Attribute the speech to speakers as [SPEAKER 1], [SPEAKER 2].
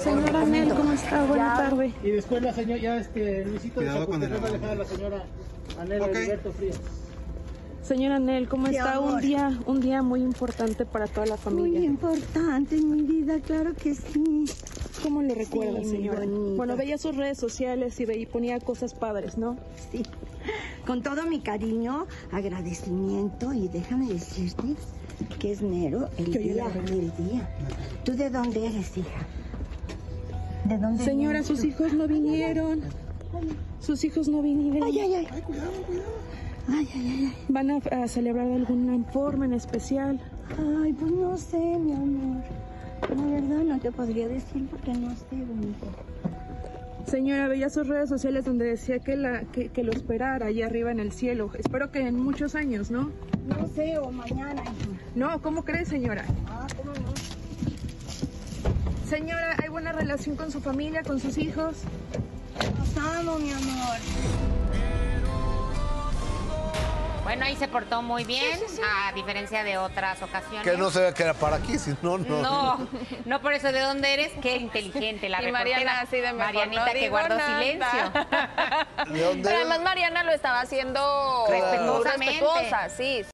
[SPEAKER 1] Señora Nel, ¿cómo está? Buena tarde.
[SPEAKER 2] Y después la señora, ya este, Luisito de
[SPEAKER 3] Cuidado con el
[SPEAKER 2] Chapultepec va
[SPEAKER 3] agua.
[SPEAKER 2] a dejar a la señora Anel
[SPEAKER 3] Ok.
[SPEAKER 2] Alberto Frías.
[SPEAKER 1] Señora Nel, ¿cómo está? Un día, un día muy importante para toda la
[SPEAKER 4] Muy
[SPEAKER 1] familia.
[SPEAKER 4] importante, mi vida, claro que sí.
[SPEAKER 1] ¿Cómo le recuerda,
[SPEAKER 4] Sí,
[SPEAKER 1] señora?
[SPEAKER 4] bonito.
[SPEAKER 1] Bueno, veía sus redes sociales y veía y ponía cosas padres, ¿no?
[SPEAKER 4] Sí. Con todo mi cariño, agradecimiento y déjame decirte que es Nero el
[SPEAKER 1] Que hoy
[SPEAKER 4] día,
[SPEAKER 1] era Nero.
[SPEAKER 4] el día. ¿Tú de dónde eres, hija? ¿De dónde
[SPEAKER 1] Señora,
[SPEAKER 4] vienes tú?
[SPEAKER 1] sus hijos no vinieron. Sus hijos no vinieron.
[SPEAKER 4] Ay, ay, ay. Ay, Ay, ay, ay.
[SPEAKER 1] ¿Van a, a celebrar alguna forma en especial?
[SPEAKER 4] Ay, pues no sé, mi amor. La verdad no te podría decir porque no sé, bonito.
[SPEAKER 1] Señora, veía sus redes sociales donde decía que, la, que, que lo esperara allá arriba en el cielo. Espero que en muchos años, ¿no?
[SPEAKER 4] No sé, o mañana, hija.
[SPEAKER 1] No, ¿cómo cree, señora?
[SPEAKER 4] Ah, ¿cómo no?
[SPEAKER 1] Señora, ¿hay buena relación con su familia, con sus hijos?
[SPEAKER 4] Los amo, mi amor.
[SPEAKER 5] Bueno, ahí se portó muy bien, a diferencia de otras ocasiones.
[SPEAKER 6] Que no se vea que era para aquí, si no, no.
[SPEAKER 5] No, no por eso de dónde eres, qué inteligente la
[SPEAKER 7] Y
[SPEAKER 5] reportera.
[SPEAKER 7] Mariana así de mejor,
[SPEAKER 5] Marianita
[SPEAKER 7] no
[SPEAKER 5] que
[SPEAKER 7] digo
[SPEAKER 5] guardó
[SPEAKER 7] nada.
[SPEAKER 5] silencio.
[SPEAKER 6] ¿De dónde
[SPEAKER 7] Pero
[SPEAKER 6] eres?
[SPEAKER 7] además Mariana lo estaba haciendo
[SPEAKER 6] Respetuosamente.
[SPEAKER 7] respetuosa, sí,